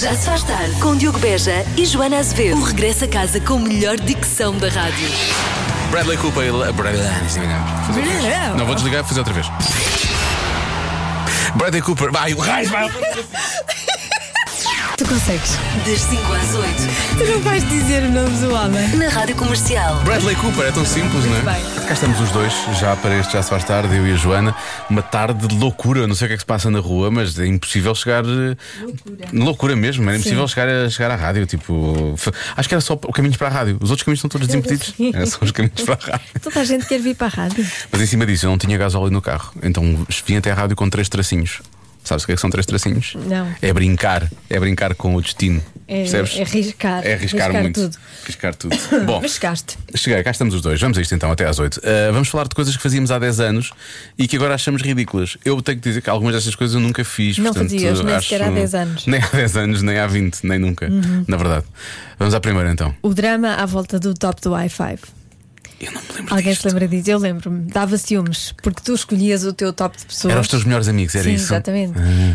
Já se faz tarde com Diogo Beja e Joana Azevedo. O regresso a casa com a melhor dicção da rádio. Bradley Cooper e Le- Bradley- Ah, Fazer outra vez. Não vou desligar, vou fazer outra vez. Bradley Cooper, vai, o raio, vai. Tu consegues. Das 5 às Tu não vais dizer o nome do homem. 8, na Rádio Comercial. Bradley Cooper, é tão simples, não é? Cá estamos os dois, já para este Já Se Faz Tarde, eu e a Joana. Uma tarde de loucura, não sei o que é que se passa na rua, mas é impossível chegar. Loucura. Loucura mesmo, era impossível chegar, a, chegar à rádio. Tipo, f- acho que era só o caminho para a rádio. Os outros caminhos estão todos desimpedidos. Sim. Eram só os caminhos para a rádio. Toda a gente quer vir para a rádio. Mas em cima disso, eu não tinha gasóleo no carro. Então vim até a rádio com três tracinhos. Sabes o que é que são três tracinhos? Não. É brincar. É brincar com o destino. É, Percebes? é arriscar. É arriscar, muito. tudo. Arriscar tudo. Bom, Mas chegaste. cheguei, cá estamos os dois. Vamos a isto então, até às oito. Ah, vamos falar de coisas que fazíamos há 10 anos e que agora achamos ridículas. Eu tenho que dizer que algumas destas coisas eu nunca fiz. Não portanto, fazias, nem acho- sequer há 10 anos. Uhum. Nem há 10 anos, nem há 20, nem nunca. Na verdade. Vamos à primeira então. O drama à volta do top do i5. Eu não me lembro Alguém disto. se lembra disso? Eu lembro-me. Dava ciúmes, porque tu escolhias o teu top de pessoas. Eram os teus melhores amigos, era Sim, isso? Ah. exatamente.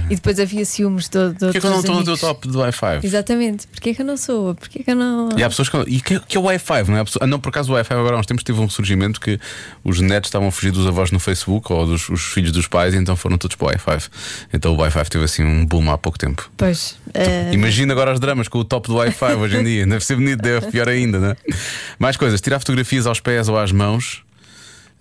E depois havia ciúmes do, do Porquê que eu não dos estou no teu amigos. top do i5? Exatamente. Porquê que eu não sou? Porquê que eu não. E há pessoas que. E que, que é o Wi-Fi, não é? Há pessoas- Ah, não, por acaso o Wi-Fi agora há uns tempos teve um surgimento que os netos estavam a fugir dos avós no Facebook ou dos os filhos dos pais, e então foram todos para o Wi-Fi. Então o Wi-Fi teve assim um boom há pouco tempo. Pois. eh, Imagina agora os dramas com o top do Wi-Fi hoje em dia. Deve ser bonito, deve pior ainda, não é? Mais coisas, tirar fotografias aos pés ou às mãos.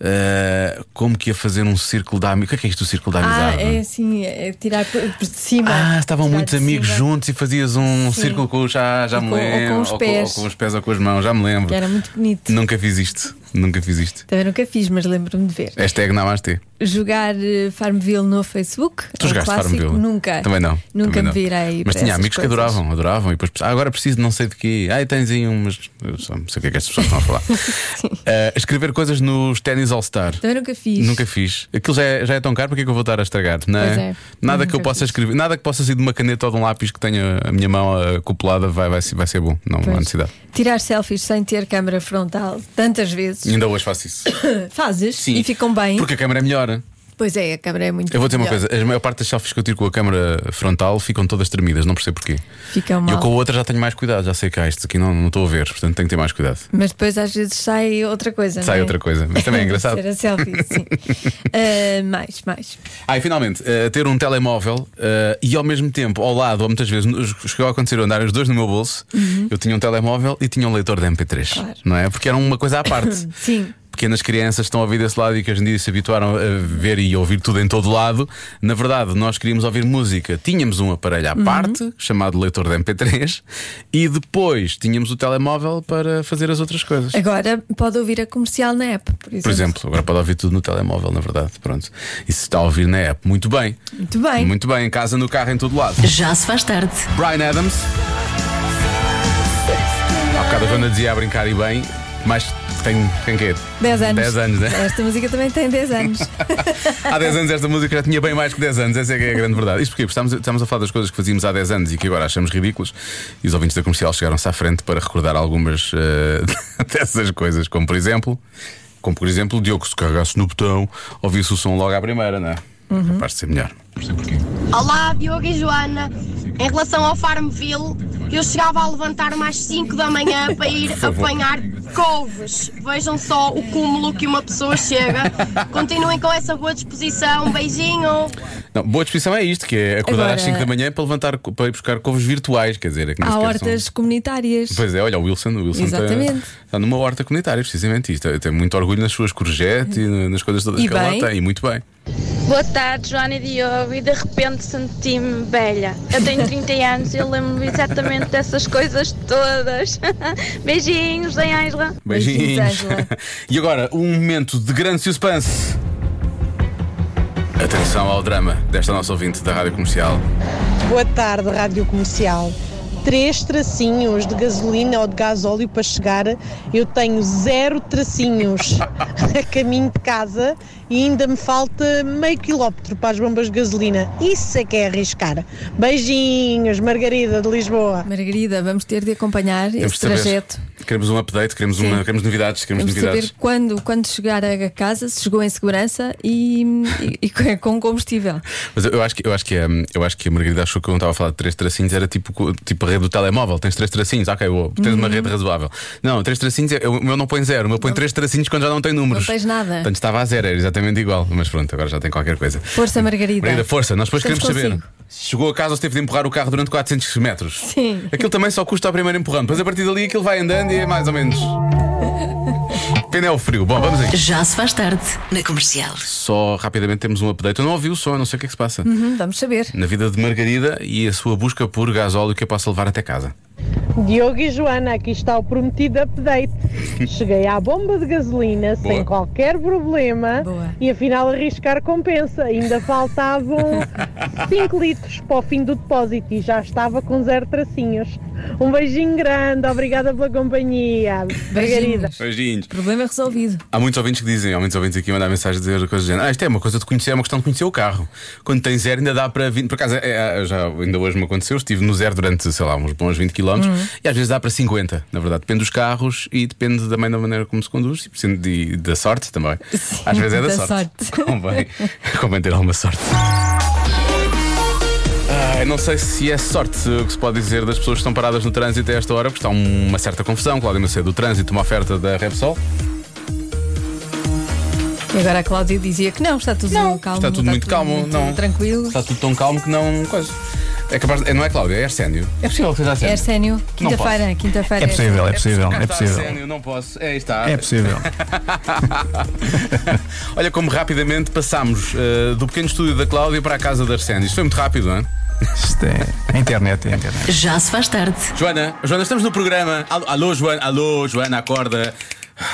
Ah, como que ia fazer um círculo da amizade? O que é que é isto do círculo da ah, amizade? é assim, é tirar por por de cima. Ah, estavam Tirar muitos de amigos cima. juntos e fazias um Sim. círculo com os. Ah, já Ou me com- ou com lembro. os ou pés. ou com os pés ou com as mãos, já me lembro. Que era muito bonito. Nunca fiz isto, nunca fiz isto. Também nunca fiz, mas lembro-me de ver. Hashtag Namastê. Jogar eh, Farmville no Facebook. Tu é um jogaste clássico, Farmville? Nunca. Também não. também Nunca me não. virei. Mas para tinha essas amigos que coisas. adoravam, adoravam. E depois, ah, agora preciso de não sei de quê. Ah, tens aí um, mas eu só não sei o que é que estas pessoas estão a falar. Ah, escrever coisas nos ténis All-Star. Também nunca fiz. Nunca fiz. Aquilo já é, já é tão caro, porque é que eu vou estar a estragar? Não Pois é. Nada que eu Nunca possa fiz. escrever, nada que possa ser de uma caneta ou de um lápis que tenha a minha mão eh, acoplada vai, vai, ser- vai ser bom. Não Pois. há necessidade. Tirar selfies sem ter câmara frontal tantas vezes. eh, Ainda hoje faço isso. Fazes e ficam bem. Porque a câmera é melhor. Pois é, a câmara é muito Eu vou dizer uma melhor. coisa: a maior parte das selfies que eu tiro com a câmara frontal ficam todas tremidas, não percebo porquê. Ficam mal. Eu com a outra já tenho mais cuidado, já sei que há isto aqui, não não estou a ver, portanto tenho que ter mais cuidado. Mas depois às vezes sai outra coisa. Sai não é? outra coisa, mas também é engraçado. Ser a selfie, sim. Ah, mais, mais. Ah, e finalmente, eh, ter um telemóvel eh, e ao mesmo tempo, ao lado, ou muitas vezes, nos- chegou a acontecer eu andar os dois no meu bolso, eu tinha um telemóvel e tinha um leitor de MP3, Uhum. Claro. não é? Porque era uma coisa à parte. Sim. Pequenas crianças estão a ouvir desse lado e que hoje em dia se habituaram a ver e ouvir tudo em todo lado. Na verdade, nós queríamos ouvir música. Tínhamos um aparelho Uhum. à parte, chamado leitor de MP3, e depois tínhamos o telemóvel para fazer as outras É coisas. Agora pode ouvir a comercial na app, por exemplo. Por exemplo, agora pode ouvir tudo no telemóvel, na verdade. Pronto. E se está a ouvir na app, muito bem. Muito bem. Muito bem, em casa, no carro, em todo lado. Já se faz tarde. Brian Adams. Há bocado a Joana dizia a brincar e bem, mas tem, tem quê? 10 anos. 10 anos, né? Esta música também tem 10 anos. Há 10 anos esta música já tinha bem mais que 10 anos, essa é que é a grande verdade. Isto porque estamos, estamos a falar das coisas que fazíamos há 10 anos e que agora achamos ridículas, e os ouvintes da comercial chegaram-se à frente para recordar algumas eh, dessas coisas, como por exemplo, como por exemplo, o Diogo se carregasse no botão, ouvisse o som logo à primeira, não é? Capaz de ser melhor. Não sei porquê. Olá, Diogo e Joana. Em relação ao Farmville, eu chegava a levantar-me às 5 da manhã para ir apanhar couves. Vejam só o cúmulo que uma pessoa chega. Continuem com essa boa disposição. Beijinho. Não, boa disposição é isto, que é acordar Agora- às 5 da manhã para levantar para ir buscar couves virtuais, quer dizer, é que nem Há sequer são- hortas comunitárias. Pois é, olha, o Wilson, o Wilson está, Exatamente. está numa horta comunitária, precisamente isto. Eu tenho muito orgulho nas suas courgettes e na- nas coisas todas E que ela bem. tem, e muito bem. Boa tarde, Joana e Diogo, e de repente senti-me velha. Eu tenho 30 anos e eu lembro-me exatamente dessas coisas todas. Beijinhos, em Angela. Beijinhos. Beijinhos, Ângela. e agora, um momento de grande suspense. Atenção ao drama desta nossa ouvinte da rádio comercial. Boa tarde, Rádio Comercial. Três tracinhos de gasolina ou de gás óleo para chegar. Eu tenho zero tracinhos a caminho de casa e ainda me falta meio quilómetro para as bombas de gasolina. Isso é que é arriscar. Beijinhos, Margarida de Lisboa. Margarida, vamos ter de acompanhar Temos esse de saber. trajeto. Queremos um update, queremos, uma- Sim. queremos novidades, queremos Vamos novidades. saber quando, quando chegar a casa, se chegou em segurança e, e- e com- com combustível. Mas eu- eu acho que, eu acho que, hum, eu acho que a Margarida achou que eu não estava a falar de três tracinhos, era tipo, co- tipo a rede do telemóvel. Tens três tracinhos, ok, boa. Tens uma Uhum. rede razoável. Não, três tracinhos, é- o meu não põe zero, o meu põe três tracinhos quando já não tem números. tens nada. Portanto, estava a zero, era exatamente igual. Mas pronto, agora já tem qualquer coisa. Força, Margarida. Margarida, força, nós depois Estamos queremos saber. consigo. se Chegou a casa ou se teve de empurrar o carro durante 400 metros? Sim. Aquilo também só custa o primeiro empurrão, depois a partir dali aquilo vai andando e é mais ou menos. Pneu frio. Bom, vamos aí. Já se faz tarde na comercial. Só rapidamente temos um update. Eu não ouvi o som, eu não sei o que é que se passa. Hum, Vamos saber. Na vida de Margarida e a sua busca por gasóleo que a possa levar até casa. Diogo e Joana, aqui está o prometido update. Cheguei à bomba de gasolina Boa. sem qualquer problema Boa. e afinal arriscar compensa. Ainda faltavam 5 litros para o fim do depósito e já estava com zero tracinhos. Um beijinho grande, obrigada pela companhia. Margarida. Beijinhos. Beijinhos. Problema resolvido. Há muitos ouvintes que dizem, há muitos ouvintes aqui a mandar mensagem a dizer coisas do género. Ah, isto é uma coisa de conhecer, é uma questão de conhecer o carro. Quando tem zero, ainda dá para 20. Por acaso, é, é, já, ainda hoje me aconteceu, estive no zero durante, sei lá, uns bons 20 km Uhum. e às vezes dá para 50, na verdade. Depende dos carros e depende também da maneira como se conduz, e depende de- da sorte também. às vezes é da, da sorte. sorte. Convém, convém ter alguma sorte. Ai, não sei se é sorte o que se pode dizer das pessoas que estão paradas no trânsito a esta hora, porque está uma certa confusão. Cláudio Macedo, do trânsito, uma oferta da Repsol. E agora a Cláudia dizia que não, está tudo calmo. Está tudo muito calmo, não. Tranquilo. Está tudo tão calmo que não. Coisa. É capaz de- é, não é Cláudio, é Arsénio. É possível que seja É Arsénio, quinta-feira, posso. né? quinta-feira. É possível, é possível, Cá é está possível. Arsénio, não posso. É, está. É possível. Olha como rapidamente passámos eh, do pequeno estúdio da Cláudia para a casa da Arsénio. Isto foi muito rápido, não é? Isto é a internet, é a internet. Já se faz tarde. Joana, Joana, estamos no programa. Alô, alô, Joana, alô, Joana, acorda.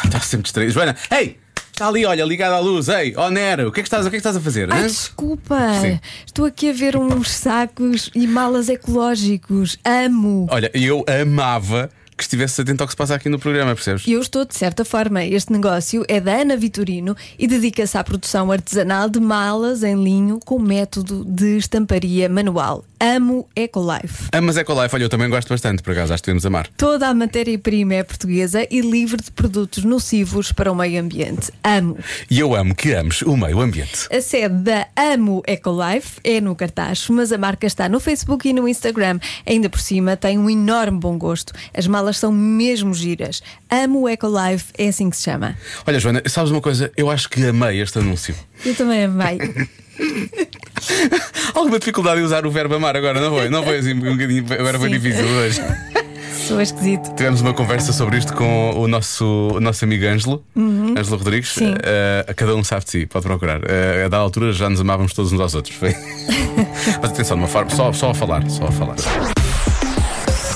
Está sempre distraída. Joana, ei! Está ali, olha, ligada à luz, ei, ó Nero, o que é que estás, o que é que estás a fazer? Ai, hã? Ah, desculpa! Sim. Estou aqui a ver uns sacos e malas ecológicos. Amo! Olha, eu amava que estivesse atento ao que se passa aqui no programa, percebes? E eu estou, de certa forma, este negócio é da Ana Vitorino e dedica-se à produção artesanal de malas em linho com método de estamparia manual. Amo Ecolife. Amas Ecolife, olha, eu também gosto bastante, por acaso, acho que devemos amar. Toda a matéria-prima é portuguesa e livre de produtos nocivos para o meio ambiente. Amo! E eu amo que ames o meio ambiente. A sede da Amo Ecolife é no cartaz, mas a marca está no Facebook e no Instagram. Ainda por cima, tem um enorme bom gosto. As malas são mesmo giras. Amo Ecolife é assim que se chama. Olha, Joana, sabes uma coisa? Eu acho que amei este anúncio. Eu também amei. Alguma dificuldade em usar o verbo amar agora, não foi? Não foi assim um bocadinho, agora foi Sim. difícil hoje. Sou esquisito. Tivemos uma conversa sobre isto com o nosso, o nosso amigo Ângelo, Ângelo Rodrigues. Uhum. Sim. Eh, cada um sabe de si, pode procurar. Eh, a da altura já nos amávamos todos uns aos outros. Foi. Mas atenção, de uma forma, só, só a falar, só a falar.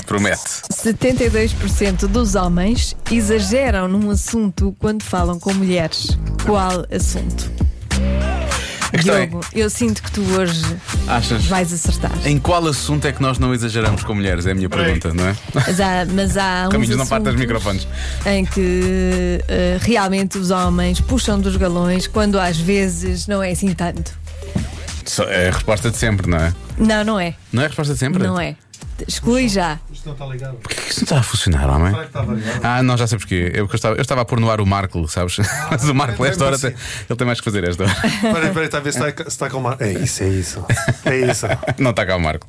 Promete. 72% dos homens exageram num assunto quando falam com mulheres. Qual assunto? questão é- Diogo, eu sinto que tu hoje Achas? vais acertar. Em qual assunto é que nós não exageramos com mulheres? É a minha pergunta, não é? Mas há, mas há uns Caminhos, não partas assuntos microfones. Em que eh, realmente os homens puxam dos galões quando às vezes não é assim tanto. Só- É a resposta de sempre, não é? Não, não é. Não é a resposta de sempre? Não é. Exclui já. Porquê que isso não está a funcionar, homem? Ah, não, já sei porquê. Eu, eu, estava, eu estava a pôr no ar o Marco, sabes? Ah, Mas o Marco, esta hora, tem- ele tem mais que fazer esta hora. Peraí, peraí, tá vendo se tá, se tá com uma... É isso, é isso. É isso. Não está cá o Marco.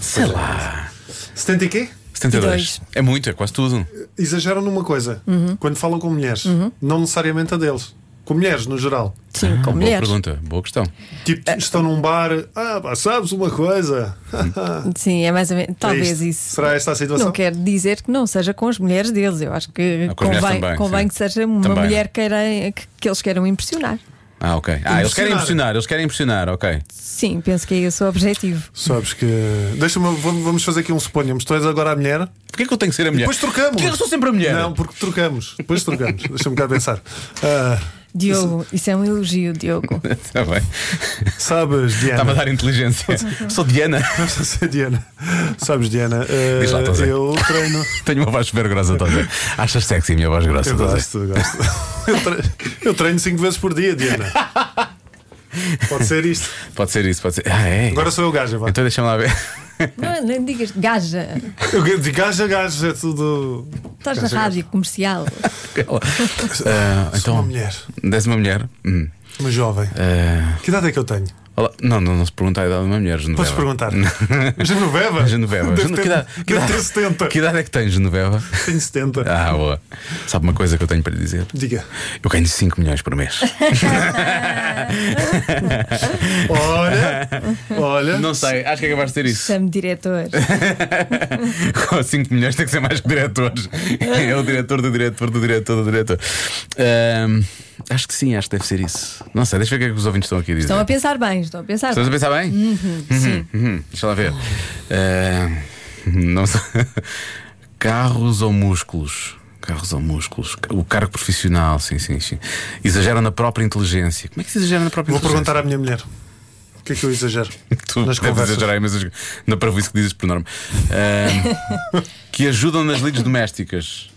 Sei lá. 70 e quê? 72. É muito, é quase tudo. Exageram numa coisa. Uhum. Quando falam com mulheres, não necessariamente a deles. Com mulheres, no geral. Sim, Ah, com Boa mulheres. pergunta, boa questão. Tipo, É. estão num bar, ah, pá, sabes uma coisa? Sim, é mais ou menos. É Talvez isto. isso. Será esta a situação? Não quer dizer que não seja com as mulheres deles. Eu acho que Ah, com as mulheres convém, também, convém sim. que seja uma Também. mulher que, queira- que- que eles queiram impressionar. Ah, ok. Ah, eles querem Impressionar. impressionar, eles querem impressionar, ok. Sim, penso que é esse o objetivo. Sabes que. Deixa-me, vamos vamos fazer aqui um suponhamos. Tu és agora a mulher? Porquê que eu tenho que ser a mulher? Depois trocamos. Porquê que eu sou sempre a mulher? Não, porque trocamos. Depois trocamos. Deixa-me cá pensar. Ah, Diogo, isso é um elogio, Diogo. Está Tá bem. Sabes, Estava a Diana. dar inteligência. Sou Diana. Diana. Sabes, Diana, eh, Diz lá, Tosé. eu treino. Tenho uma voz super grossa toda. Achas sexy a minha voz grossa Eu toda? gosto, eu gosto. Eu treino, eu treino cinco vezes por dia, Diana. Pode ser isto. Pode ser isso, pode ser. Ah, é. Agora sou eu gaja, vá. Então deixa-me lá ver. Não, nem digas gaja, Eu, de gaja, gaja, é tudo. estás na Gaja, rádio comercial. Ah, Sou uma então, mulher, desce uma mulher. Hum. uma jovem. Ah, Que idade é que eu tenho? olá. Não, não, não se pergunta a idade de uma mulher, Genoveva. Podes perguntar. Genoveva? Genoveva. Deve Geno- ter, que, idade, que, deve ter idade, 70. que idade é que tens, Genoveva? Tenho 70. Ah, boa. Sabe uma coisa que eu tenho para lhe dizer? Diga. Eu ganho 5 milhões por mês. Olha, olha. Não sei, acho que é capaz de ter isso. Chame diretor. Com 5 milhões tem que ser mais que diretores. É o diretor do diretor do diretor do diretor. Ahm, acho que sim, acho que deve ser isso. Não sei, deixa eu ver o que é que os ouvintes estão aqui a dizer. Estão a pensar bem, estão a pensar Estamos bem. a pensar bem? Uhum. Sim. Deixa lá ver. Ahm, não sei. Carros ou músculos? Carros ou músculos? O cargo profissional, sim, sim, sim. Exageram na própria inteligência. Como é que se exagera na própria Vou inteligência? perguntar à minha mulher. O que é que eu exagero? Tu deves Nas conversas. exagerar imensas coisas. Na parvoíce que dizes por norma. Ahm, que ajudam nas lides domésticas.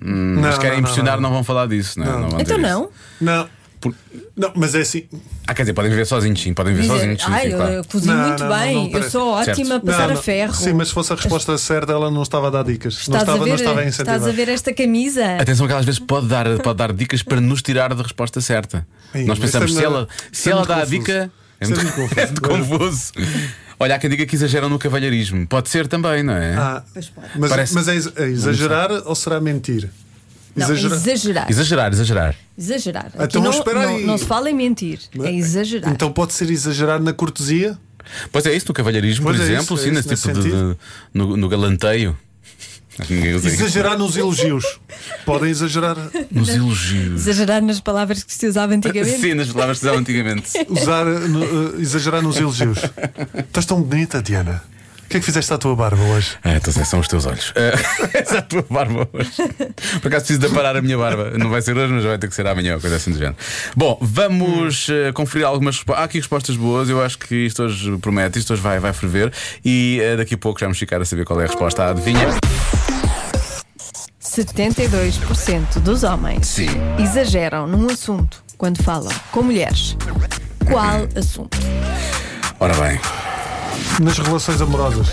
Hum, mas Não, querem não, não, impressionar, não, não. vão falar disso, não, é? Não. vão Então dizer não. isso. Não. Por- Não, mas é assim. Ah, quer dizer, podem viver sozinhos, sim, podem viver Dizer, sozinhos. Sim, ai, sim, eu, claro. eu cozinho Não, muito não, bem, não, não, eu sou parece- ótima a Certo. passar Não, a não. ferro. Sim, mas se fosse a resposta certa, ela não estava a dar dicas. não, Estás estava, a ver, não estava a incentivar. estás a ver esta camisa? Atenção que ela às vezes pode dar, pode dar dicas para nos tirar da resposta certa. Sim, Nós mas pensamos, isso é se muito- ela, isso se é ela muito dá a confuso. dica. Isso é muito confuso. é muito confuso. Olha, há quem diga que exageram no cavalheirismo. Pode ser também, não é? Ah, mas, Parece- mas é ex- é exagerar ou será mentir? Não, Exagerar. exagerar. Exagerar, exagerar. Exagerar. Ah, Aqui Então, não, espera não, aí. não se fala em mentir, é exagerar. Então pode ser exagerar na cortesia? Pois é, isso no cavalheirismo, Pois por é isso, exemplo, é sim, isso, nesse nesse tipo de, sentido. de- no, no galanteio. Acho que ninguém usa isso. Exagerar nos elogios. Podem exagerar, Nos elogios. Exagerar nas palavras que se usava antigamente. Sim, nas palavras que se usavam antigamente. usar, eh, no- eh, exagerar nos elogios. Estás tão bonita, Diana. O que é que fizeste à tua barba hoje? Ah, então são os teus olhos. Ah, Essa é a tua barba hoje. Por acaso preciso de aparar a minha barba. Não vai ser hoje, mas vai ter que ser amanhã, uma coisa assim do género. Bom, vamos eh, conferir algumas respostas. Há aqui respostas boas. Eu acho que isto hoje promete, isto hoje vai, vai ferver. E eh, daqui a pouco já vamos ficar a saber qual é a resposta à adivinha. 72% dos homens Sim. exageram num assunto quando falam com mulheres. Qual assunto? Ora bem. Nas relações amorosas.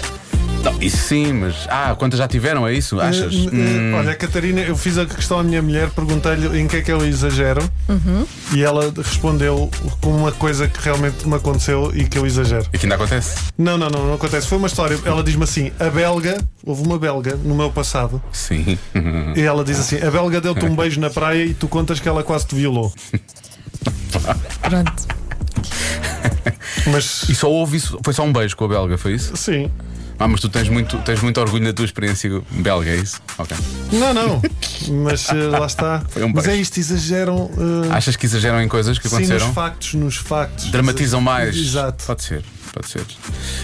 Não, isso sim, mas. Ah, quantas já tiveram? É isso? Achas? Eh, Hum, eh, Olha, a Catarina, eu fiz a questão à minha mulher, perguntei-lhe em que é que eu exagero Uhum. e ela respondeu com uma coisa que realmente me aconteceu e que eu exagero. E que ainda acontece? Não, não, não, não acontece. Foi uma história. Ela diz-me assim: a belga, houve uma belga no meu passado, Sim. Hum. e ela diz assim: a belga deu-te um beijo na praia e tu contas que ela quase te violou. Pronto. Mas. E só houve isso. Foi só um beijo com a belga, foi isso? Sim. Ah, mas tu tens muito, tens muito orgulho na tua experiência belga, é isso? Ok. Não, não. Mas eh, lá está. Foi um Mas é beijo. isto, exageram. eh, Achas que exageram em coisas que sim, nos aconteceram? factos, nos factos. Dramatizam mais? Exato. Pode ser, pode ser.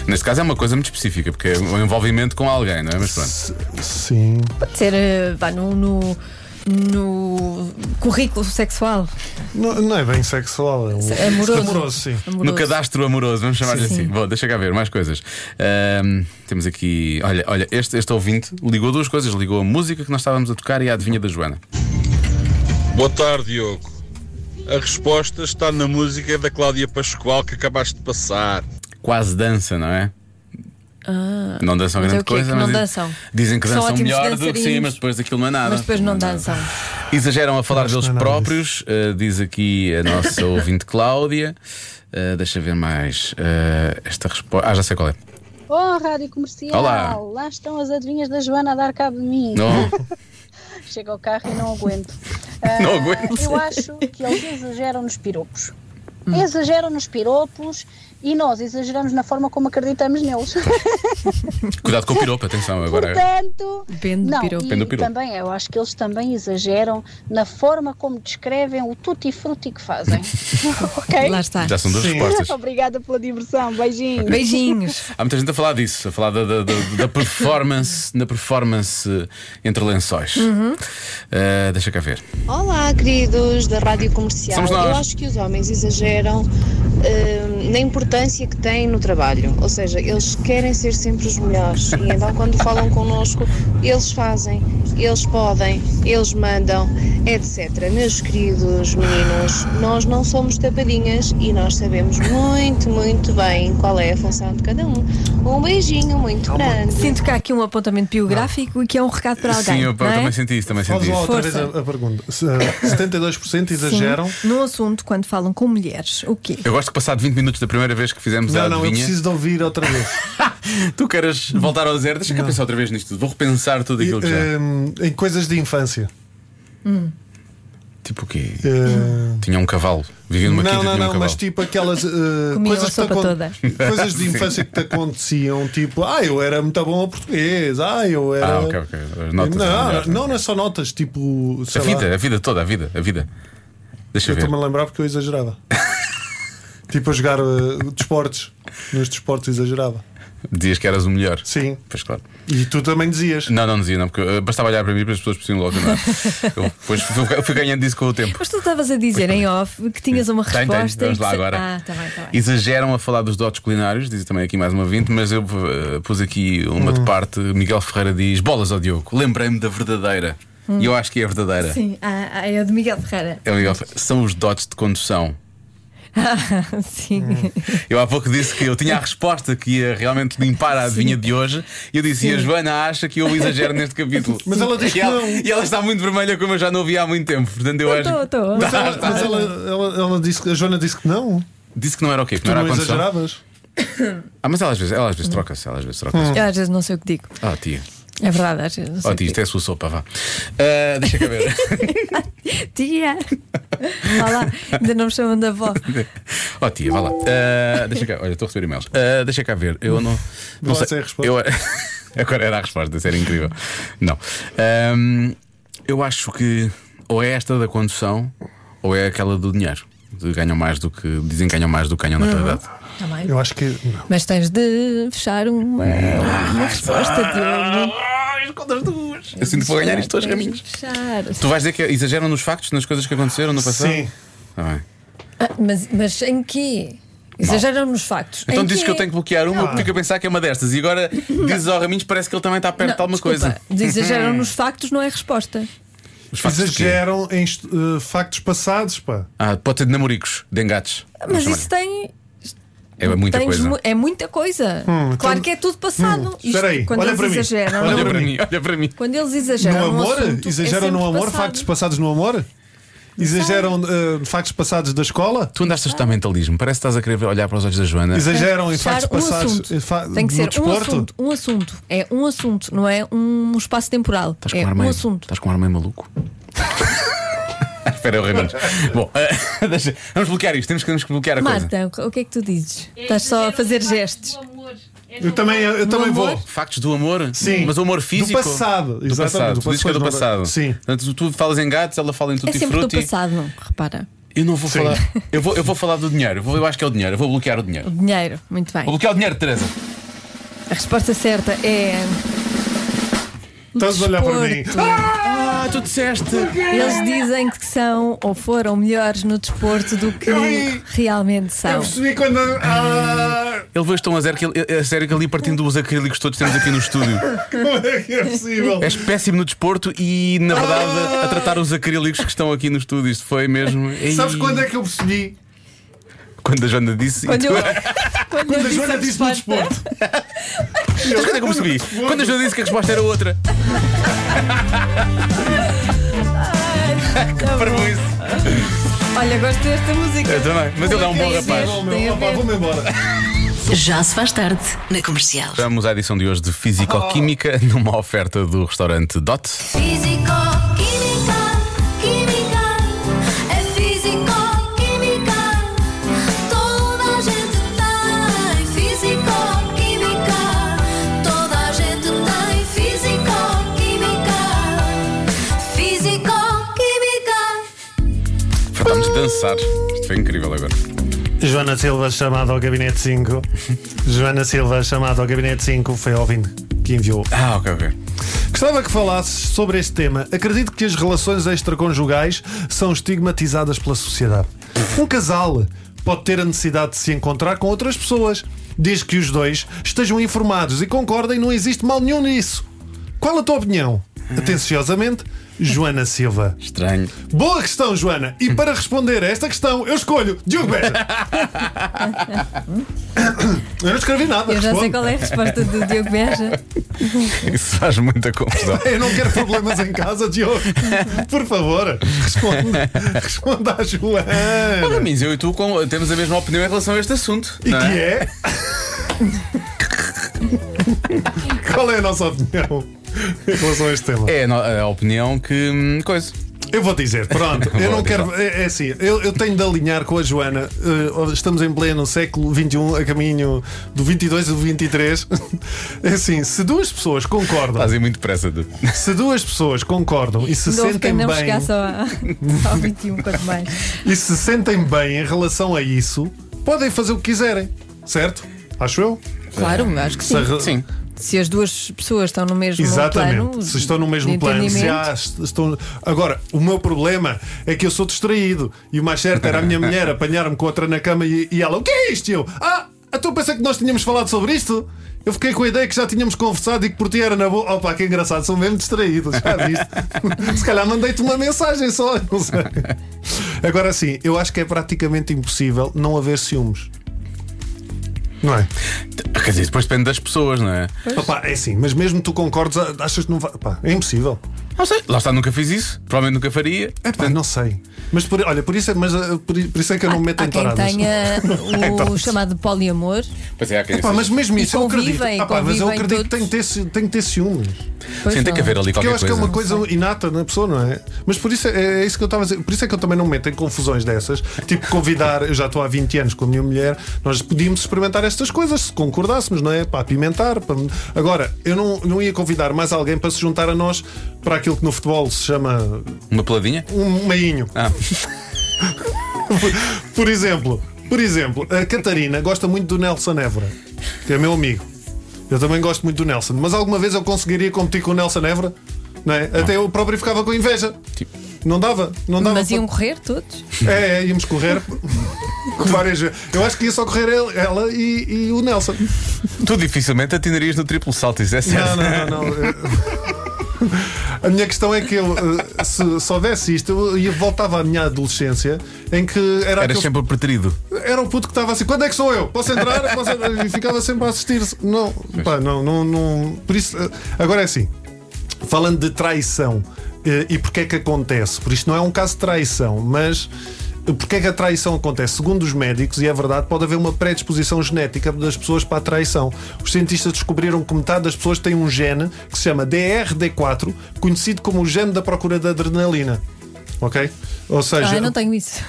Neste caso é uma coisa muito específica, porque é um envolvimento com alguém, não é? Mas pronto. Sim. Pode ser eh, vá, no, no, no currículo sexual. Não, não é bem sexual. É um... Amoroso. Amoroso, sim. Amoroso. No cadastro amoroso, vamos chamar-lhe Sim. assim. Bom, deixa cá ver, mais coisas. Ahm, temos aqui. Olha, olha este, este ouvinte ligou duas coisas: ligou a música que nós estávamos a tocar e a adivinha da Joana. Boa tarde, Diogo. A resposta está na música da Cláudia Pascoal que acabaste de passar. Quase dança, não é? não dançam mas é grande o quê? coisa, Que não mas dançam? dizem que São dançam ótimos melhor do que sim, dançarinos. mas depois daquilo não é nada. Mas depois não é nada. dançam. Exageram a falar deles não é nada próprios, eh, diz aqui a nossa ouvinte Cláudia. Eh, deixa ver mais eh, esta resposta. Ah, já sei qual é. Oh, Rádio Comercial! Olá. Lá estão as adivinhas da Joana a dar cabo de mim. Não, Chego ao carro e não aguento. Não Ah, aguento. Hum. Eu acho que eles exageram nos piropos. Exageram nos piropos e nós exageramos na forma como acreditamos neles. Cuidado com o piropo, atenção agora. é. Portanto, Depende do não, piropo. e Depende do piropo. também eu acho que eles também exageram na forma como descrevem o tutti-frutti que fazem. ok? Lá está. Já são duas Sim. respostas. Obrigada pela diversão. Beijinhos. Beijinhos. Há muita gente a falar disso, a falar da, da- da- da performance, na performance entre lençóis. Uhum. Eh, deixa cá ver. Olá, queridos da Rádio Comercial. Somos nós. Eu acho que os homens exageram hum, na importância que têm no trabalho. Ou seja, eles querem ser sempre os melhores. E então, quando falam connosco, eles fazem, eles podem, eles mandam, etc. Meus queridos meninos, nós não somos tapadinhas e nós sabemos muito, muito bem qual é a função de cada um. Um beijinho muito É grande. Sinto que há aqui um apontamento biográfico e que é um recado para alguém. Sim, eu, eu não é? também senti isso, também senti Faz lá isso. outra Força. vez a, a pergunta. Se, uh, 72% exageram. Sim, num assunto quando falam com mulheres. O quê? Eu gosto que passado 20 minutos da primeira vez que fizemos a Não, não, eu adivinha, preciso de ouvir outra vez. tu queres voltar ao zero, deixa cá pensar outra vez nisto tudo. Vou repensar tudo E, aquilo que já. hum, em coisas de infância. Tipo o quê? Uh, Tinha um cavalo, vivia numa não, quinta e tinha não, um não, cavalo. mas tipo aquelas uh, Comiam coisas, a que te sopa acon- toda. coisas de infância que te aconteciam, tipo, ah, eu era muito bom ao português, ah, eu era. Ah, ok, ok. As notas são não, melhores, né? não, não é só notas, tipo. A Sei lá, vida, a vida toda, a vida, a vida. Deixa eu ver. estou-me a lembrar porque eu exagerava. tipo, a jogar uh, desportos. Nos desportos exagerava. Dizias que eras o melhor. Sim. Pois claro. E tu também dizias. Não, não dizia, não, porque eh, bastava olhar para mim para as pessoas precisam logo. Não. é? Eu depois fui, fui ganhando isso com o tempo. Mas tu estavas a dizer em off que tinhas uma Tem, tem, resposta. e Tá, vamos que lá se- agora. Ah, tá bem, tá bem. Exageram a falar dos dotes culinários, diz também aqui mais uma vinte, mas eu eh, pus aqui uma Hum. de parte. Miguel Ferreira diz: bolas ao Diogo, lembrei-me da verdadeira. E eu acho que é a verdadeira. Hum. Sim, ah, ah, é o de Miguel Ferreira. É o Miguel Ferreira. São os dotes de condução. Ah, sim. Eu há pouco disse que eu tinha a resposta que ia realmente limpar a adivinha de hoje e eu disse: e a Joana acha que eu exagero neste capítulo. Mas ela diz e que ela, não. E ela está muito vermelha, como eu já não ouvi há muito tempo. Portanto, eu acho. Estou, que- estou. Mas, ela, mas ela, ela- ela disse que- a Joana disse que não. Disse que não era o quê? Que Tu não era não a condição. exageravas. Ah, mas ela às vezes, ela Hum. às vezes troca-se, ela às vezes troca-se. Eu às vezes não sei o que digo. Ah, tia. É verdade, às vezes não sei. Oh, o que tia, isto é a sua sopa, vá. Ah, deixa cá ver. digo. Tia! Vá lá, ainda não me chamam da avó. oh, tia, vá lá. Ah, deixa cá. Olha, estou a receber e-mails. Ah, deixa cá ver. Eu não. Não Vá lá sem a resposta. Eu... Agora era a resposta, isso era incrível. Não. Ahm, eu acho que ou é esta da condução ou é aquela do dinheiro. De ganham mais do que. Dizem que ganham mais do que Uhum. ganham na realidade. Tá bem. Eu acho que. Não. Mas tens de fechar uma, Ah, uma resposta, Diogo. Eu sinto que vou ganhar isto hoje, Tens de caminhos. fechar. Tu vais dizer que exageram nos factos, nas coisas que aconteceram no passado? Sim. Tá bem. Ah, mas, mas em quê? Exageram nos factos. Então Em dizes que eu tenho que bloquear uma, Não. porque fico a pensar que é uma destas. E agora dizes ao Raminhos, parece que ele também está perto de Não, alguma desculpa, coisa. Hum. de Exageram nos factos, não é resposta. Os factos de quê? Exageram em est- eh, factos passados, pá. Ah, pode ter de namoricos, de engates. Vamos Mas chamar-lhe. isso tem. é muita tens coisa. mu- é muita coisa. Hum, claro então- que é tudo passado. Isto, espera aí, quando olha eles para mim. exageram. Olha Olha para para mim. mim, olha para mim. Quando eles No exageram. um amor? assunto, é Exageram no sempre amor? passado. Factos passados no amor? Exageram eh, factos passados da escola? Tu andaste a estudar mentalismo, parece que estás a querer olhar para os olhos da Joana. Exageram em Fechar factos um passados assunto. eh, fa- Tem que no ser um desporto? assunto, um assunto. É um assunto, não é um espaço temporal. Estás com É um ar um meio, assunto. Estás com um ar meio maluco. Espera, eu Raminhos. Bom, eh, deixa- vamos bloquear isto, temos que, temos que bloquear a coisa. Marta, o que é que tu dizes? Estás só a fazer gestos. Eu também, eu, também amor? vou. Factos do amor? Sim. Mas o amor físico? Do passado, Do exatamente, passado. do Tu dizes que é do passado. passado. Sim. Portanto, tu- tu falas em gatos, ela fala em É tutti sempre do frutti. passado, não? Repara. Eu não vou Sim. falar. Eu vou, eu vou falar do dinheiro. Eu, vou- eu acho que é o dinheiro. Eu vou bloquear o dinheiro. Dinheiro, muito bem. Vou bloquear o dinheiro, Teresa. A resposta certa é. Estás a olhar para mim. desporto. Ah, tu disseste. Eles dizem que são ou foram melhores no desporto do que Eu vi. realmente são. percebi quando. Ah, Ele veio tão a zero que ele, a sério que ali partindo dos acrílicos todos que temos aqui no estúdio. como é que é possível? És péssimo no desporto e, Ah! na verdade, a tratar os acrílicos que estão aqui no estúdio. Isto foi mesmo. Sabes Ei. quando é que eu percebi? Quando a Joana disse. Quando e eu, tu- quando eu Quando a disse Joana a disse no resposta, desporto. Sabes quando é que eu percebi? Quando a Joana disse que a resposta era outra. tá Para bom. com isso. Olha, gosto desta música. Então, Eu também. Mas ele é um bom Tem a ver, rapaz. Oh, tem meu, a opa, ver. Vamos embora. Já se faz tarde na comercial. Vamos à edição de hoje de Físico-Química Oh. numa oferta do restaurante Dot. Físico, química, química, é físico, química, toda a gente tem. Ah. passares. Isto foi incrível agora. Joana Silva chamada ao Gabinete 5. Joana Silva chamada ao Gabinete 5 foi Alvin que enviou. Ah, ok, ok. Gostava que falasses sobre este tema. Acredito que as relações extraconjugais são estigmatizadas pela sociedade. Um casal pode ter a necessidade de se encontrar com outras pessoas, desde que os dois estejam informados e concordem, não existe mal nenhum nisso. Qual a tua opinião? Atenciosamente, Joana Silva. Estranho. Boa questão, Joana. E para responder a esta questão, eu escolho Diogo Beja. eu não escrevi nada. Eu já sei responde. qual é a resposta do Diogo Beja. Isso faz muita confusão. Eu não quero problemas em casa, Diogo. Por favor, responde. Responde à Joana. Olha, Mins, eu e tu com- temos a mesma opinião em relação a este assunto. E não que é? Qual é a nossa opinião em relação a este tema? É a no- a opinião que. hum, coisa. Eu vou dizer, pronto, eu não quero. É, é assim, eu, eu tenho de alinhar com a Joana. eh, estamos em pleno século XXI, a caminho do 22 e do 23. É assim, se duas pessoas concordam. Fazem muito pressa de. Se duas pessoas concordam e se Não sentem quem não bem. chegasse ao, ao 21, quanto mais. e se sentem bem em relação a isso, podem fazer o que quiserem, certo? Acho eu. Claro, acho que Se a re- sim. Se as duas pessoas estão no mesmo Exatamente. é um plano. se estão no de mesmo plano, se entendimento, há, est- estão... Agora, o meu problema é que eu sou distraído e o mais certo era a minha mulher apanhar-me com outra na cama e, e ela, o que é isto? E eu, ah, então pensei que nós tínhamos falado sobre isto? Eu fiquei com a ideia que já tínhamos conversado e que por ti era na boa. Opa, que engraçado, são mesmo distraídos, já viste? Se calhar mandei-te uma mensagem só, não sei. Agora sim, eu acho que é praticamente impossível não haver ciúmes. Não é? Quer dizer, depois depende das pessoas, não é? Opa, é assim, mas mesmo tu concordes, achas que não vai. Opa, é impossível. Não sei. Lá está, nunca fiz isso. Provavelmente nunca faria. É pá, não sei. Mas por, olha, por isso, é- mas, uh, por, i- por isso é que eu não me Então, meto Há em quem touradas. tenha o chamado poliamor. Pois é, há quem Epá, mas mesmo E isso eu acredito. convivem, Ah pá, mas eu convivem acredito que tenho que ter, ci- tenho que ter ciúmes. Pois Sim, tem que não. haver ali Porque qualquer eu acho que é uma coisa. coisa inata na pessoa, não é? Mas por isso é, é isso que eu estava a dizer. Por isso é que eu também não me meto em confusões dessas. Tipo, convidar, eu já estou há 20 anos com a minha mulher, nós podíamos experimentar estas coisas se concordássemos, não é? Para apimentar. Para... Agora, eu não, não ia convidar mais alguém para se juntar a nós para aquilo que no futebol se chama Uma peladinha? um meinho. Ah. Por- por exemplo, por exemplo, a Catarina gosta muito do Nelson Évora, que é meu amigo. Eu também gosto muito do Nelson, mas alguma vez eu conseguiria competir com o Nelson Évora? Não Tipo. é? Até eu próprio ficava com inveja. Não dava, não dava. Mas para- iam correr todos. É, é, íamos correr com várias vezes. Eu acho que ia só correr ele- ela e, e o Nelson. Tu dificilmente atinarias no triplo salto, isso é certo. Não, não, não, não. A minha questão é que eu, eh, se soubesse isto, eu ia- voltava à minha adolescência em que era Eras aquele- sempre o preterido. era o puto que estava assim, quando é que sou eu? Posso entrar? Posso entrar?" E ficava sempre a assistir. Não, pá, não, não, não. Por isso, eh, agora é assim, falando de traição eh, e porque é que acontece, por isto não é um caso de traição, mas eh, porque é que a traição acontece? Segundo os médicos, e é verdade, pode haver uma predisposição genética das pessoas para a traição. Os cientistas descobriram que metade das pessoas tem um gene que se chama DRD4, conhecido como o gene da procura da adrenalina. Ok? Ou seja, Ah, eu não tenho isso.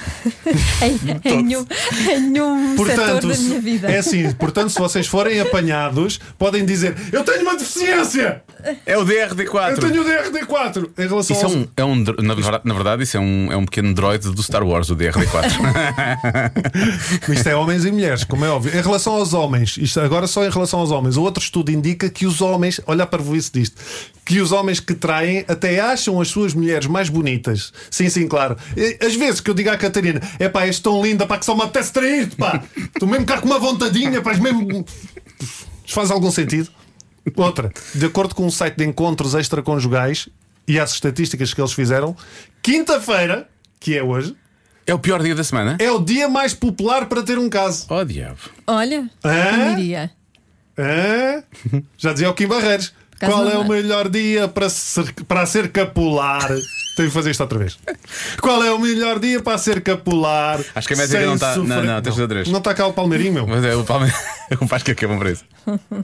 em, em nenhum, em nenhum Um setor da Portanto, minha se- vida. é assim, portanto, se vocês forem apanhados, podem dizer: Eu tenho uma deficiência! É o Eu DRD4. tenho o DRD4! Em relação Isso é aos- um, é um dro- na, verdade- na verdade, isso é um, é um pequeno droid do Star Wars, o DRD4. Isto é homens e mulheres, como é óbvio. Em relação aos homens, isto agora só em relação aos homens, o outro estudo indica que os homens, olha para isso disto, que os homens que traem até acham as suas mulheres mais bonitas. Sim, sim, claro. E, às vezes que eu digo à Catarina, é pá, és tão linda, pá, que só me apetece trair, pá. Tu mesmo cá com uma vontadinha, pá, és mesmo. Isto faz algum sentido? Outra, de acordo com um site de encontros extraconjugais e às estatísticas que eles fizeram, quinta-feira, que é hoje, é o pior dia da semana? é o dia mais popular para ter um caso. Oh, diabo. Olha, Hã? eu diria. Hã? É? Já dizia o Kim Barreiros. acaso Qual não é o é. melhor dia para ser, para ser capular? Tenho que fazer isto outra vez. Qual é o melhor dia para ser capular? Acho que a métrica sem não está. Não, sofrer- não, tens de dar três. Não está cá o Palmeirinho, meu. Mas é o Palme... o Vasco é que é bom para isso.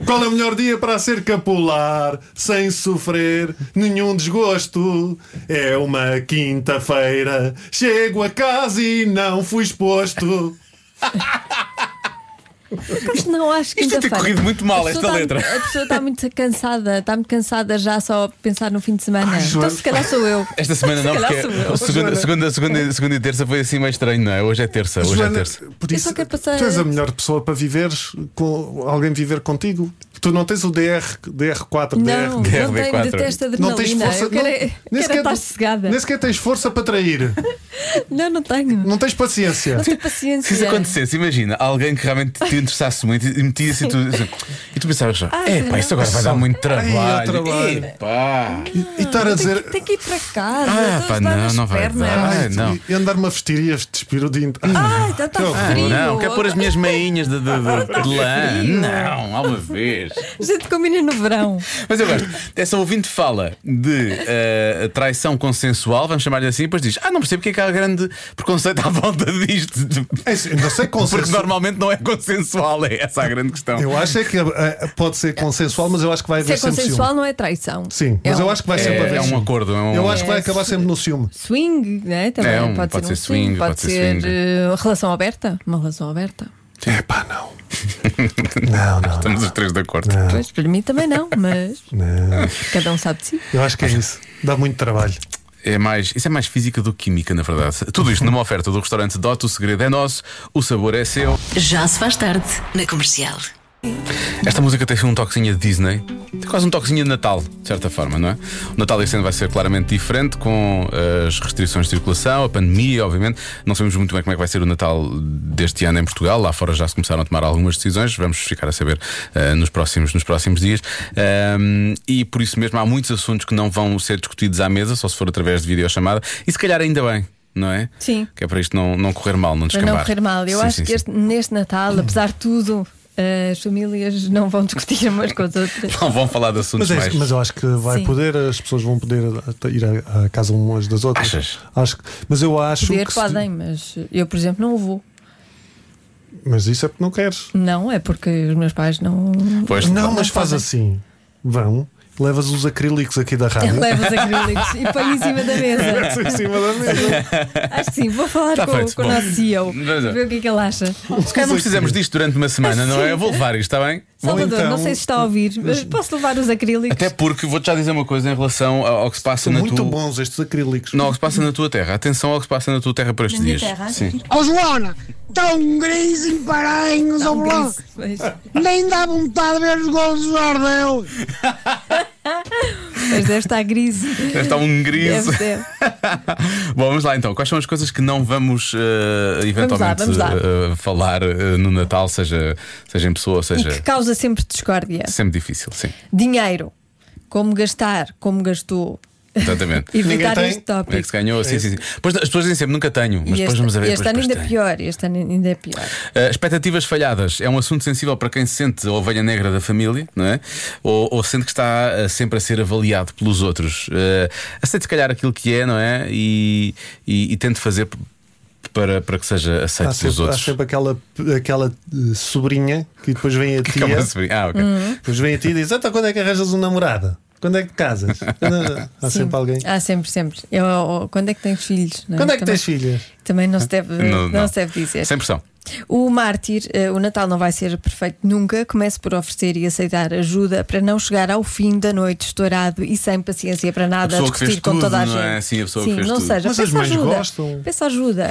Qual é o melhor dia para ser capular sem sofrer nenhum desgosto? É uma quinta-feira, chego a casa e não fui exposto. Mas não acho que Isto deve ter quinta-feira. corrido muito mal, A pessoa esta está- letra. A pessoa está muito cansada, está muito cansada já só a pensar no fim de semana. então Joana. se calhar sou eu. Esta semana se não, calhar porque sou eu. segunda, segunda, segunda, segunda e terça foi assim mais estranho, não é? Hoje é terça, hoje é Joana, terça. por Eu isso, só quero passar- tu és a melhor pessoa para viveres com alguém viver contigo. Tu não tens o DR, DR4, Não, DR, não tenho, detesto adrenalina. Não tens força, eu quero, é- nem quero sequer- estar sossegada. nem sequer tens força para trair. Não, não tenho. Não tens paciência. Não tenho Se paciência. isso acontecesse, imagina, alguém que realmente te interessasse muito e metia-se e tu, assim, e tu pensavas já, Ah, epá, É, isto agora vai dar Só- muito Ai, é trabalho. trabalho. Epá. E estar a dizer. Tem que ir para casa. Ah, estou a pá, estar não, nas não vai pernas. dar. Ai, Ah, não. E andar-me a vestir e este despir o dia inteiro. Ah, então está Ah, frio. tá Não, quero pôr as minhas meinhas de, de- de- de lã. frio. Não, há uma vez. Gente, combina no verão. é Mas eu gosto. Essa ouvinte fala de eh, traição consensual, vamos chamar-lhe assim, e depois diz: Ah, não percebo porque é que há grande preconceito à volta disto. É isso, não Porque sei consenso- normalmente não é consensual, é essa a grande questão. Eu acho é que eh, pode ser consensual, mas eu acho que vai Se haver é sempre ciúme. consensual, não é traição. Sim, mas É eu um acho que vai É- sempre haver é um ciúme. acordo, é um- Eu acho que vai É, acabar sim. sempre no ciúme. Swing, né? Também É um- pode, ser um swing, pode, ser, swing. eh, relação aberta. Uma relação aberta. É pá, não. Não, não. Estamos os três de acordo. É. Pois, para mim também não, mas cada um sabe de si. Eu acho que é isso. Dá muito trabalho. É mais, isso é mais física do que química, na verdade. Tudo isto numa oferta do restaurante Dot, o segredo é nosso, o sabor é seu. Já se faz tarde na comercial. Esta música tem um toquezinho de Disney, tem quase um toquezinho de Natal, de certa forma, não é? O Natal este ano vai ser claramente diferente com eh, as restrições de circulação, a pandemia, obviamente. Não sabemos muito bem como é que vai ser o Natal deste ano em Portugal. Lá fora já se começaram a tomar algumas decisões, vamos ficar a saber eh, nos, próximos, nos próximos dias. Ahm, e por isso mesmo há muitos assuntos que não vão ser discutidos à mesa, só se for através de videochamada. E se calhar ainda bem. Não é? Sim. Que é para isto não, não correr mal, não Para descambar. não correr mal, eu Sim, acho sim, que sim. este- neste Natal, apesar de tudo, eh, as famílias não vão discutir umas com as outras. Não vão falar de assuntos Mas, é, mais. isso, mas eu acho que vai Sim. poder, as pessoas vão poder até ir à, à casa umas das outras. Achas? Acho que- mas eu acho Poder que. se- podem, mas eu, por exemplo, não vou. mas isso é porque não queres. Não, é porque os meus pais não. Pois, não, mas faz assim. Vão, levas os acrílicos aqui da rádio. Levo os acrílicos e ponho em cima da mesa. em cima da mesa. Acho que sim, vou falar Tá com, feito, com o bom. nosso CEO, Mas, ver o que é que ele acha. Se calhar não precisamos disto durante uma semana, não é? Eu vou levar isto, está bem? Salvador, então- não sei se está a ouvir, mas posso levar os acrílicos? Até porque vou-te já dizer uma coisa em relação ao ao que se passa São na muito tua. bons estes acrílicos. Não, ao que se passa na tua terra. Atenção ao que se passa na tua terra por estes dias. Sim. Ó Joana, tão gris em Paranhos, ó um Blá. Mas, Nem dá vontade de ver os gols do Jardel. mas deve estar gris. Está um gris. Deve ser. Bom, vamos lá então. Quais são as coisas que não vamos eh, eventualmente vamos lá. eh, falar eh, no Natal, seja, seja em pessoa, E seja. que causa sempre discórdia. Sempre difícil, sim. Dinheiro. Como gastar, como gastou. Exatamente. Evitar tem. este O que é que tópico. se ganhou? Sim, sim, sim. Pois, as pessoas dizem sempre nunca tenho, mas E depois este, vamos a ver. este depois, ano ainda depois é tenho. pior, este ano ainda é pior. Uh, expectativas falhadas é um assunto sensível para quem se sente a ovelha negra da família, não é? Ou, ou sente que está uh, sempre a ser avaliado pelos outros. Uh, aceite, se calhar, aquilo que é, não é? E, e, e tente fazer p- para, para que seja aceito Há pelos sempre, há outros. sempre aquela, aquela eh, sobrinha que depois vem a Que tia. acaba de se brin- Ah, ok. Hum, Depois Hum? vem a ti e diz: Então, quando é que arranjas um namorado? Quando é que te casas? Há Sim. sempre alguém. Ah, Há sempre, sempre. Eu, eu- quando é que tens filhos? não Quando é que Também- tens filhas? Também não se deve, Não, não, não. se deve dizer. Sem pressão. O mártir, eh, o Natal não vai ser perfeito nunca. Comece por oferecer e aceitar ajuda para não chegar ao fim da noite estourado e sem paciência para nada, A a pessoa que fez discutir com tudo, toda a não gente. é? Sim, a pessoa que fez não tudo. seja. Mas peça as mães ajuda. gostam. Peça ajuda.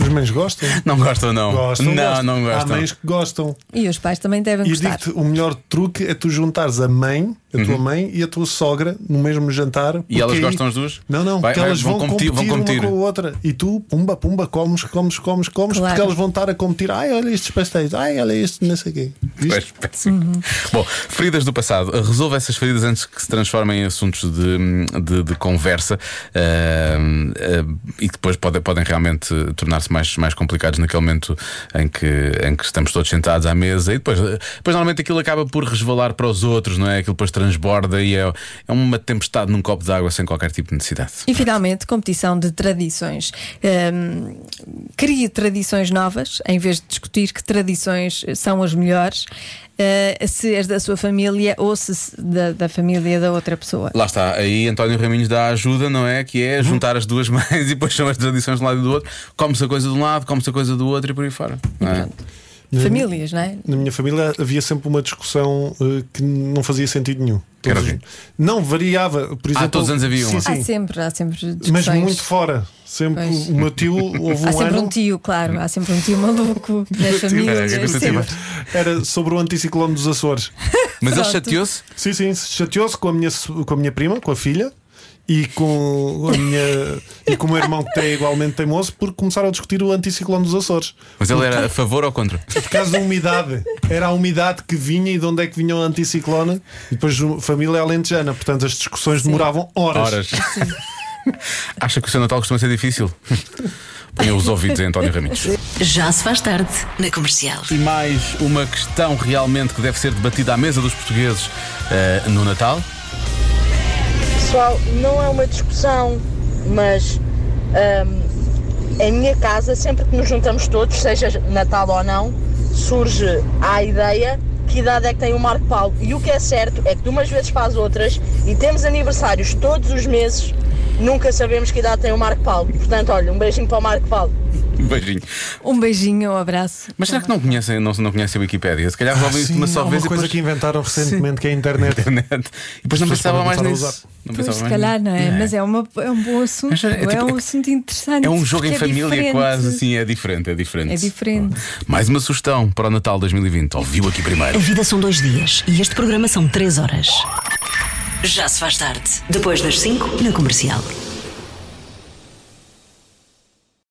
Os mães gostam? Não gostam, não. não, Gostam, gostam. não Há gostam. mães que gostam. E os pais também devem E gostar. digo-te: o melhor truque é tu juntares a mãe, a tua mãe e a tua sogra no mesmo jantar. porque Uhum. elas aí- gostam as duas? Não, não, Vai- porque vai- elas vão vão, competir- competir, vão competir. uma com a outra. E tu, pumba, pumba, comes, comes, comes, comes, Claro. porque elas vão estar a competir. Ai, olha estes pastéis, ai, olha este, não sei o quê. Viste? Pois, péssimo. Bom, feridas do passado. Resolva essas feridas antes que se transformem em assuntos de, de- de conversa ahm, ahm, e que depois pode- podem realmente tornar-se mais, mais complicados naquele momento em que, em que estamos todos sentados à mesa e depois, eh, depois normalmente aquilo acaba por resvalar para os outros, não é? Aquilo depois transborda e é, é uma tempestade num copo de água sem qualquer tipo de necessidade. E finalmente, competição de tradições. Hum, crie tradições novas, em vez de discutir que tradições são as melhores, eh, se és da sua família ou se se- da, da família da outra pessoa. Lá está, aí António Raminhos dá ajuda, não é? Que é juntar as duas mães e depois são as tradições de um lado e do outro, come-se a coisa de um lado, come-se a coisa do outro e por aí fora. não é? Famílias, não é? Na minha família havia sempre uma discussão eh, que não fazia sentido nenhum. Todos- não, variava. Por exemplo, Sim, sim. Há sempre, há sempre Mas Ah, discussões. muito fora. Sempre Pois. o meu tio houve Há um sempre ano. um tio, claro, há sempre um tio maluco nas famílias. sempre. Era sobre o anticiclone dos Açores. Mas ele Pronto. chateou-se? Sim, sim, chateou-se com a minha, so- com a minha prima, com a filha. E com, a minha, e com o meu irmão que é igualmente teimoso Porque começaram a discutir o anticiclone dos Açores Mas ele era a favor ou contra? Por causa da umidade Era a umidade que vinha e de onde é que vinha o anticiclone E depois a família é alentejana Portanto as discussões demoravam horas, Horas. Acha que o seu Natal costuma ser difícil? Ponha os ouvidos em António Raminhos. Já se faz tarde na comercial. E mais uma questão realmente que deve ser debatida à mesa dos portugueses eh, no Natal. Pessoal, não é uma discussão, mas hum, em minha casa, sempre que nos juntamos todos, seja Natal ou não, surge a ideia que idade é que tem o Marco Paulo. E o que é certo é que de umas vezes para as outras, e temos aniversários todos os meses, nunca sabemos que idade tem o Marco Paulo. Portanto, olha, um beijinho para o Marco Paulo. Um beijinho. Um beijinho, um abraço. Mas será que não conhecem, não, não conhecem a Wikipédia? Se calhar resolvem isso de uma só há uma vez coisa e depois... que inventaram recentemente que é a internet. E depois não As pessoas pensava podem mais começar a nisso. usar. Não Pois, pensava se mais calhar nisso. não é, mas é, uma, é um bom assunto. Mas é- é é, tipo- um assunto interessante. É um jogo em porque é família, diferente. quase assim, é diferente, é diferente. É diferente. Mais uma sugestão para o Natal 2020. Ouviu aqui A primeiro. vida são dois dias e este programa são três horas. Já se faz tarde. Depois das cinco na comercial.